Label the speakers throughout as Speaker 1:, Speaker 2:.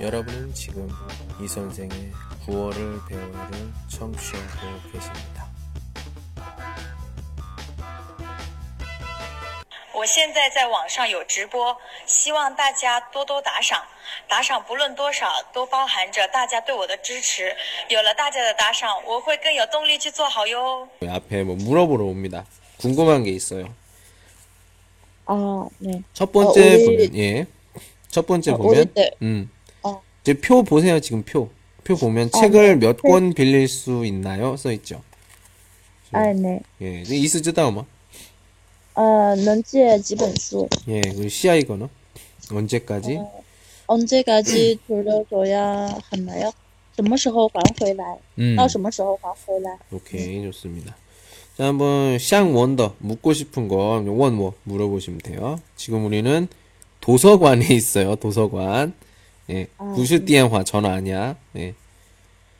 Speaker 1: 여러분은 지금 이 선생의 구월을 배우를 청취하고 계십니다.
Speaker 2: 我现在在网上有直播，希望大家多多打赏，打赏不论多少，都包含着大家对我的支持。有了大家的打赏，我会更有动力去做好哟。
Speaker 1: 앞에 뭐 물어보러 옵니다. 궁금한 게 있어요.
Speaker 3: 아, 네.
Speaker 1: 첫 번째
Speaker 3: 어, 오일-
Speaker 1: 보면 예. 첫 번째
Speaker 3: 어,
Speaker 1: 보면
Speaker 3: 오일 때.
Speaker 1: 음.
Speaker 3: 어.
Speaker 1: 이제 표 보세요. 지금 표. 표 보면
Speaker 3: 어,
Speaker 1: 책을
Speaker 3: 네.
Speaker 1: 몇 권 빌릴 수 있나요? 써 있죠.
Speaker 3: 아, 네. 어,
Speaker 1: 예. 이제 이스 쯔다오마.
Speaker 3: 呃，能借几本书？
Speaker 1: 예. 그리고 시아 이거는 언제까지?
Speaker 3: 어.
Speaker 1: 음.
Speaker 3: 언제까지 돌려줘야 하나요? 什么时候还回来？
Speaker 1: 음.
Speaker 3: 到什么时候还回来？
Speaker 1: 오케이. 좋습니다. 자, 한번 샹 원더 묻고 싶은 건 원워 뭐 물어보시면 돼요. 지금 우리는 도서관에 있어요. 도서관. 예.
Speaker 3: 아,
Speaker 1: 구슈띠안화 전화 아니야. 예.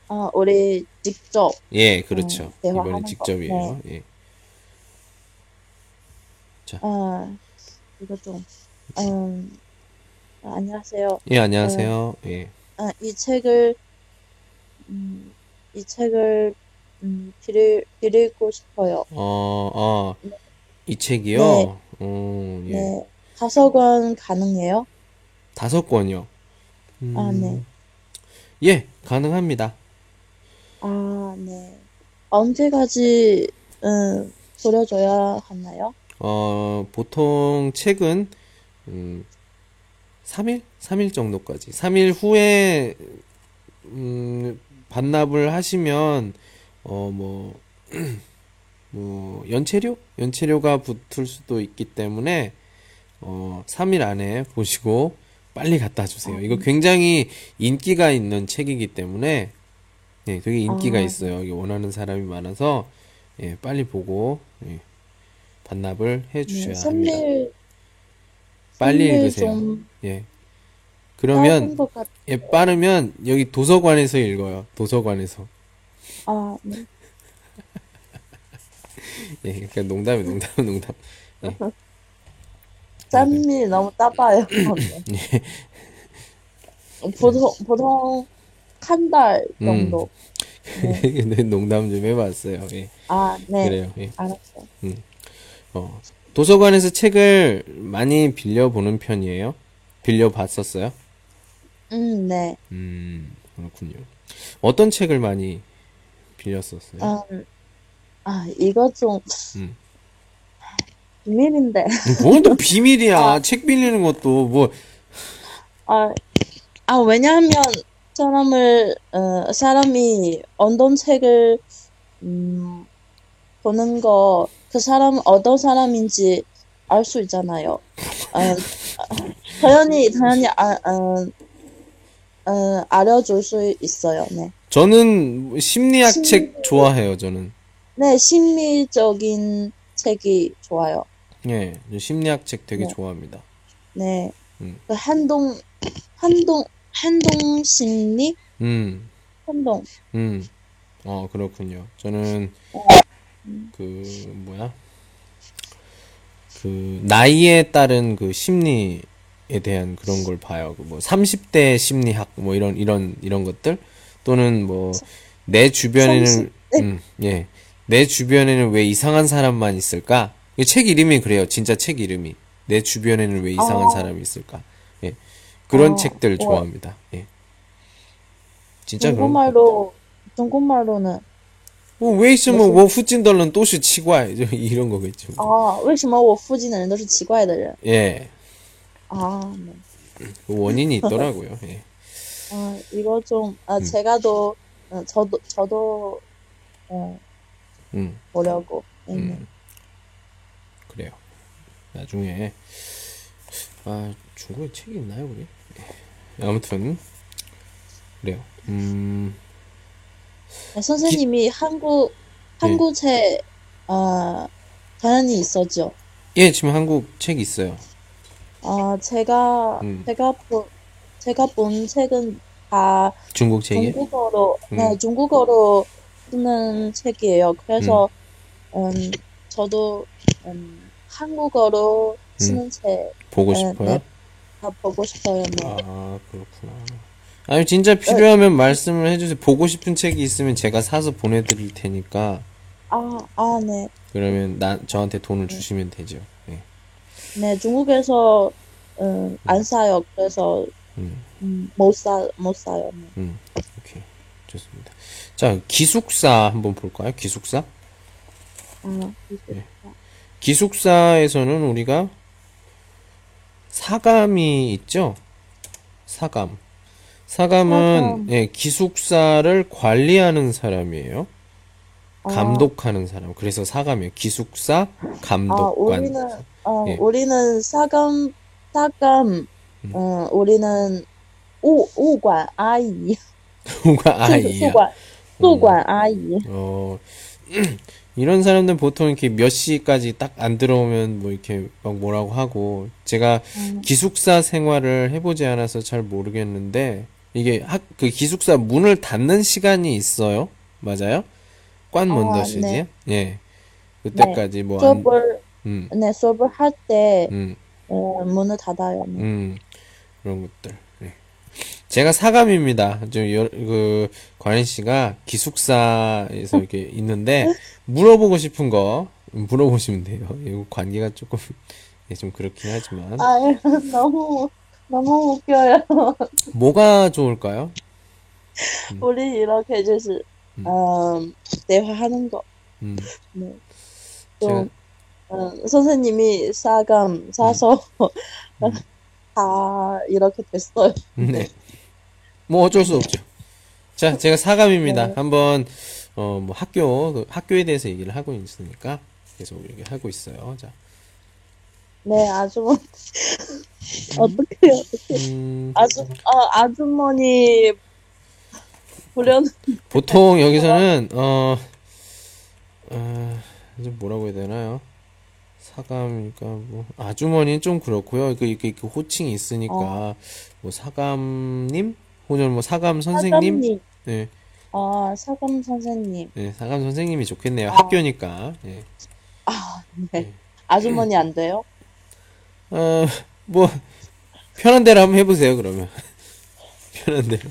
Speaker 3: 啊，我的 어, 직접
Speaker 1: 예, 그렇죠.
Speaker 3: 어, 대화
Speaker 1: 이번엔
Speaker 3: 하는 거. 네.
Speaker 1: 직접이에요. 예.
Speaker 3: 呃，一个种，嗯，啊， 어, 안녕하세요。
Speaker 1: 예, 안녕하세요. 예.
Speaker 3: 아, 이 책을, 음, 이 책을, 음, 빌, 빌고 싶어요.
Speaker 1: 어, 어. 이 책이요?
Speaker 3: 네.
Speaker 1: 어, 예.
Speaker 3: 네. 도서관 가능해요?
Speaker 1: 다섯 권이요.
Speaker 3: 아, 네.
Speaker 1: 음. 예, 가능합니다.
Speaker 3: 아, 네. 언제까지, 음, 돌려줘야 하나요?
Speaker 1: 어, 보통 책은 음, 3일? 3일 정도까지. 3일 후에 음, 반납을 하시면 어, 뭐, 뭐 연체료? 연체료가 붙을 수도 있기 때문에 어, 3일 안에 보시고 빨리 갖다 주세요. 이거 굉장히 인기가 있는 책이기 때문에 네, 되게 인기가
Speaker 3: 아.
Speaker 1: 있어요. 이게 원하는 사람이 많아서 예, 빨리 보고 예, 반납을 해
Speaker 3: 네,
Speaker 1: 주셔야 합니다.
Speaker 3: 3일,
Speaker 1: 빨리
Speaker 3: 3일
Speaker 1: 읽으세요.
Speaker 3: 좀
Speaker 1: 예.
Speaker 3: 빠른
Speaker 1: 그러면
Speaker 3: 것 같,
Speaker 1: 예, 빠르면 여기 도서관에서 읽어요. 도서관에서.
Speaker 3: 아, 네.
Speaker 1: 예, 그러니까 농담이 농담 농담.
Speaker 3: 3일 너무 따봐요. 네. 보통, 보통, 한 달
Speaker 1: 음.
Speaker 3: 정도. 네.
Speaker 1: 네, 농담 좀 해봤어요. 예,
Speaker 3: 아, 네.
Speaker 1: 그래요. 예.
Speaker 3: 알았어요.
Speaker 1: 어. 도서관에서 책을 많이 빌려보는 편이에요? 빌려봤었어요?
Speaker 3: 음, 네.
Speaker 1: 음, 그렇군요. 어떤 책을 많이 빌렸었어요?
Speaker 3: 음, 아, 이거 좀,
Speaker 1: 음.
Speaker 3: 비밀인데.
Speaker 1: 그건 음, 또 비밀이야. 책 빌리는 것도 뭐,
Speaker 3: 아, 아, 왜냐하면 사람을, 어, 사람이 어떤 책을, 음, 보는 거, 그 사람, 어떤 사람인지 알 수 있잖아요. 어, 당연히, 당연히, 아, 어, 어, 알려줄 수 있어요. 네.
Speaker 1: 저는 심리학
Speaker 3: 심리-
Speaker 1: 책 좋아해요, 저는.
Speaker 3: 네, 심리적인 책이 좋아요.
Speaker 1: 예, 저 심리학 책 되게
Speaker 3: 네.
Speaker 1: 좋아합니다.
Speaker 3: 네.
Speaker 1: 음.
Speaker 3: 그 한동, 한동, 한동 심리?
Speaker 1: 음,
Speaker 3: 한동.
Speaker 1: 음. 어, 그렇군요. 저는, 그, 뭐야? 그, 나이에 따른 그 심리에 대한 그런 걸 봐요. 그 뭐, 30대 심리학, 뭐, 이런, 이런, 이런 것들? 또는 뭐, 내 주변에는,
Speaker 3: 30
Speaker 1: 음, 예. 내 주변에는 왜 이상한 사람만 있을까? 이 책 이름이 그래요. 진짜 책 이름이. 내 주변에는 왜 이상한
Speaker 3: 어.
Speaker 1: 사람이 있을까? 예. 그런
Speaker 3: 어,
Speaker 1: 책들
Speaker 3: 어.
Speaker 1: 좋아합니다. 예. 진짜 그런 거.
Speaker 3: 네, 중국말로, 중국말로는
Speaker 1: 뭐, 왜 있으면 뭐, 후진덜런 또슈 치과에, 이런 거겠죠.
Speaker 3: 哦，为什么我附近的人都是奇怪的人
Speaker 1: 예.
Speaker 3: 啊？没
Speaker 1: 그 원인이 있더라고요. 예.
Speaker 3: 아 이거 좀, 아, 제가 더, 어, 저도, 저도, 어,
Speaker 1: 음,
Speaker 3: 보려고. 네, 네.
Speaker 1: 음. 그래요. 나중에, 아, 중국에 책이 있나요, 우리? 예. 아무튼, 그래요. 음,
Speaker 3: 네, 선생님이
Speaker 1: 네。
Speaker 3: 한국, 한국에, 아, 당연히 있었죠.
Speaker 1: 예, 지금 한국 책 있어요.
Speaker 3: 아, 제가,
Speaker 1: 음.
Speaker 3: 제가 본, 제가 본 책은 다
Speaker 1: 중국 책이요?
Speaker 3: 중국어로,
Speaker 1: 음.
Speaker 3: 네, 중국어로 쓰는 책이에요. 그래서, 음, 저도, 음,
Speaker 1: 음。
Speaker 3: 한국어로 쓰는 책,
Speaker 1: 보고
Speaker 3: 네,
Speaker 1: 싶어요?
Speaker 3: 네. 다 보고 싶어요. 네.
Speaker 1: 아, 그렇구나. 아니 진짜 필요하면 말씀을 해주세요. 보고 싶은 책이 있으면 제가 사서 보내드릴 테니까
Speaker 3: 아, 아, 네.
Speaker 1: 그러면 나 저한테 돈을 주시면 되죠. 예.
Speaker 3: 네, 중국에서 음, 안 사요. 그래서
Speaker 1: 네. 음.
Speaker 3: 음, 못 사, 못 사요. 네.
Speaker 1: 음, 오케이. 좋습니다. 자, 기숙사 한번 볼까요? 기숙사?
Speaker 3: 아,
Speaker 1: 네, 기숙사에서는 우리가 사감이 있죠? 사감. 사감은,
Speaker 3: 사감.
Speaker 1: 예, 기숙사를 관리하는 사람이에요.
Speaker 3: 아.
Speaker 1: 감독하는 사람. 그래서 사감이에요. 기숙사
Speaker 3: 아,
Speaker 1: 감독관.
Speaker 3: 우리는 어,
Speaker 1: 예.
Speaker 3: 우리는 사감 사감 음, 우리는 우 우관 아이
Speaker 1: 누가 아이야.
Speaker 3: 수관 수관 아이
Speaker 1: 어, 이런 사람들 보통 이렇게 몇 시까지 딱 안 들어오면 뭐 이렇게 막 뭐라고 하고, 제가
Speaker 3: 음.
Speaker 1: 기숙사 생활을 해보지 않아서 잘 모르겠는데, 이게 학, 그 기숙사 문을 닫는 시간이 있어요? 맞아요? 관 먼더시지?
Speaker 3: 네.
Speaker 1: 예. 그때까지 뭐 안,
Speaker 3: 수업을
Speaker 1: 음,
Speaker 3: 네 수업을 할 때
Speaker 1: 음,
Speaker 3: 어, 문을 닫아요. 네.
Speaker 1: 음, 그런 것들. 예. 제가 사감입니다. 좀 여, 그, 관인 씨가
Speaker 3: 어?
Speaker 1: 기숙사에서 이렇게 있는데, 물어보고 싶은 거, 물어보시면 돼요. 이거 관계가 조금, 예, 좀 그렇긴 하지만.
Speaker 3: 아 너무 너무 웃겨요.
Speaker 1: 뭐가 좋을까요?
Speaker 3: 우리 이렇게 就是
Speaker 1: 음.
Speaker 3: 음, 대화하는 거.
Speaker 1: 음,
Speaker 3: 네. 어,
Speaker 1: 제가,
Speaker 3: 좀 음, 선생님이 사감 사서
Speaker 1: 음.
Speaker 3: 다 이렇게 됐어요.
Speaker 1: 네. 뭐 어쩔 수 없죠. 자, 제가 사감입니다.
Speaker 3: 네.
Speaker 1: 한번, 어, 뭐 학교, 그 학교에 대해서 얘기를 하고 있으니까 계속 얘기하고 있어요. 자,
Speaker 3: 네, 아주머니. 어떡해요.
Speaker 1: 음,
Speaker 3: 네. 아주, 어, 아주머니, 불현,
Speaker 1: 보통 여기서는, 어, 어, 이제 뭐라고 해야 되나요? 사감이니까 뭐 아주머니는 좀 그렇고요. 그 이렇게 그 호칭이 있으니까 뭐 사감님, 혹은 뭐 사감 선생님,
Speaker 3: 사감님.
Speaker 1: 네.
Speaker 3: 아, 사감 선생님.
Speaker 1: 네, 사감 선생님이 좋겠네요.
Speaker 3: 어.
Speaker 1: 학교니까. 예.
Speaker 3: 네. 아주머니 안 돼요?
Speaker 1: 어, 뭐, 편한 대로 한번 해보세요, 그러면. 편한 대로.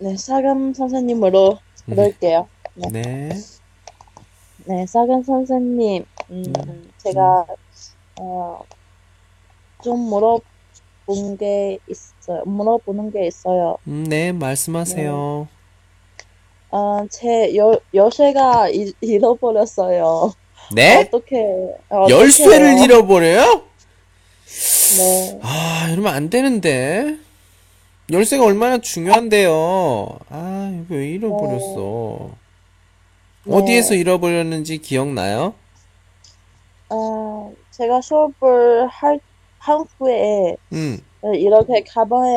Speaker 3: 네, 사감 선생님으로
Speaker 1: 음.
Speaker 3: 그럴게요.
Speaker 1: 네.
Speaker 3: 네, 사감 선생님. 음, 제가, 어, 좀 물어본 게 있어요. 물어보는 게 있어요.
Speaker 1: 음, 네, 말씀하세요.
Speaker 3: 어, 제 열, 열쇠가 잃, 잃어버렸어요.
Speaker 1: 네?
Speaker 3: 아, 어떻게,
Speaker 1: 열쇠를 잃어버려요?
Speaker 3: 네.
Speaker 1: 아, 이러면 안 되는데. 열쇠가 얼마나 중요한데요. 아, 이거 왜 잃어버렸어.
Speaker 3: 네.
Speaker 1: 어디에서 잃어버렸는지 기억나요?
Speaker 3: 어, 제가 수업을 할, 한 후에
Speaker 1: 음,
Speaker 3: 어, 이렇게 가방에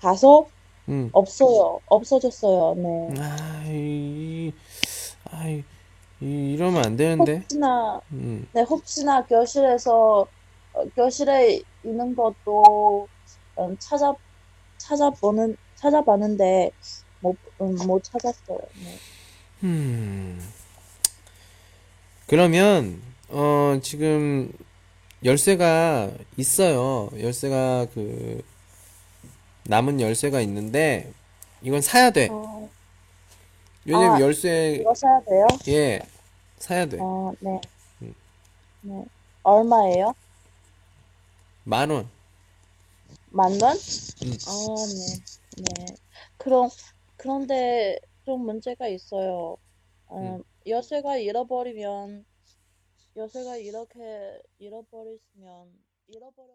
Speaker 3: 가서
Speaker 1: 음.
Speaker 3: 없어요. 없어졌어요. 네.
Speaker 1: 아이, 아이, 이- 이러면 안 되는데.
Speaker 3: 혹시나,
Speaker 1: 음,
Speaker 3: 네, 혹시나 교실에서, 어, 교실에 있는 것도 음, 찾아, 찾아보는, 찾아봤는데 못, 음, 못 찾았어요. 네.
Speaker 1: 음. 그러면, 어, 지금, 열쇠가 있어요. 열쇠가 그, 남은 열쇠가 있는데, 이건 사야 돼.
Speaker 3: 어,
Speaker 1: 왜냐면
Speaker 3: 아,
Speaker 1: 열쇠,
Speaker 3: 이거 사야 돼요?
Speaker 1: 예, 사야 돼.
Speaker 3: 어, 네. 네. 얼마예요?
Speaker 1: 만 원.
Speaker 3: 만 원? 아, 네. 네. 그럼, 그런데 좀 문제가 있어요. 음, 열쇠가 잃어버리면, 열쇠가 이렇게 잃어버리면, 잃어버려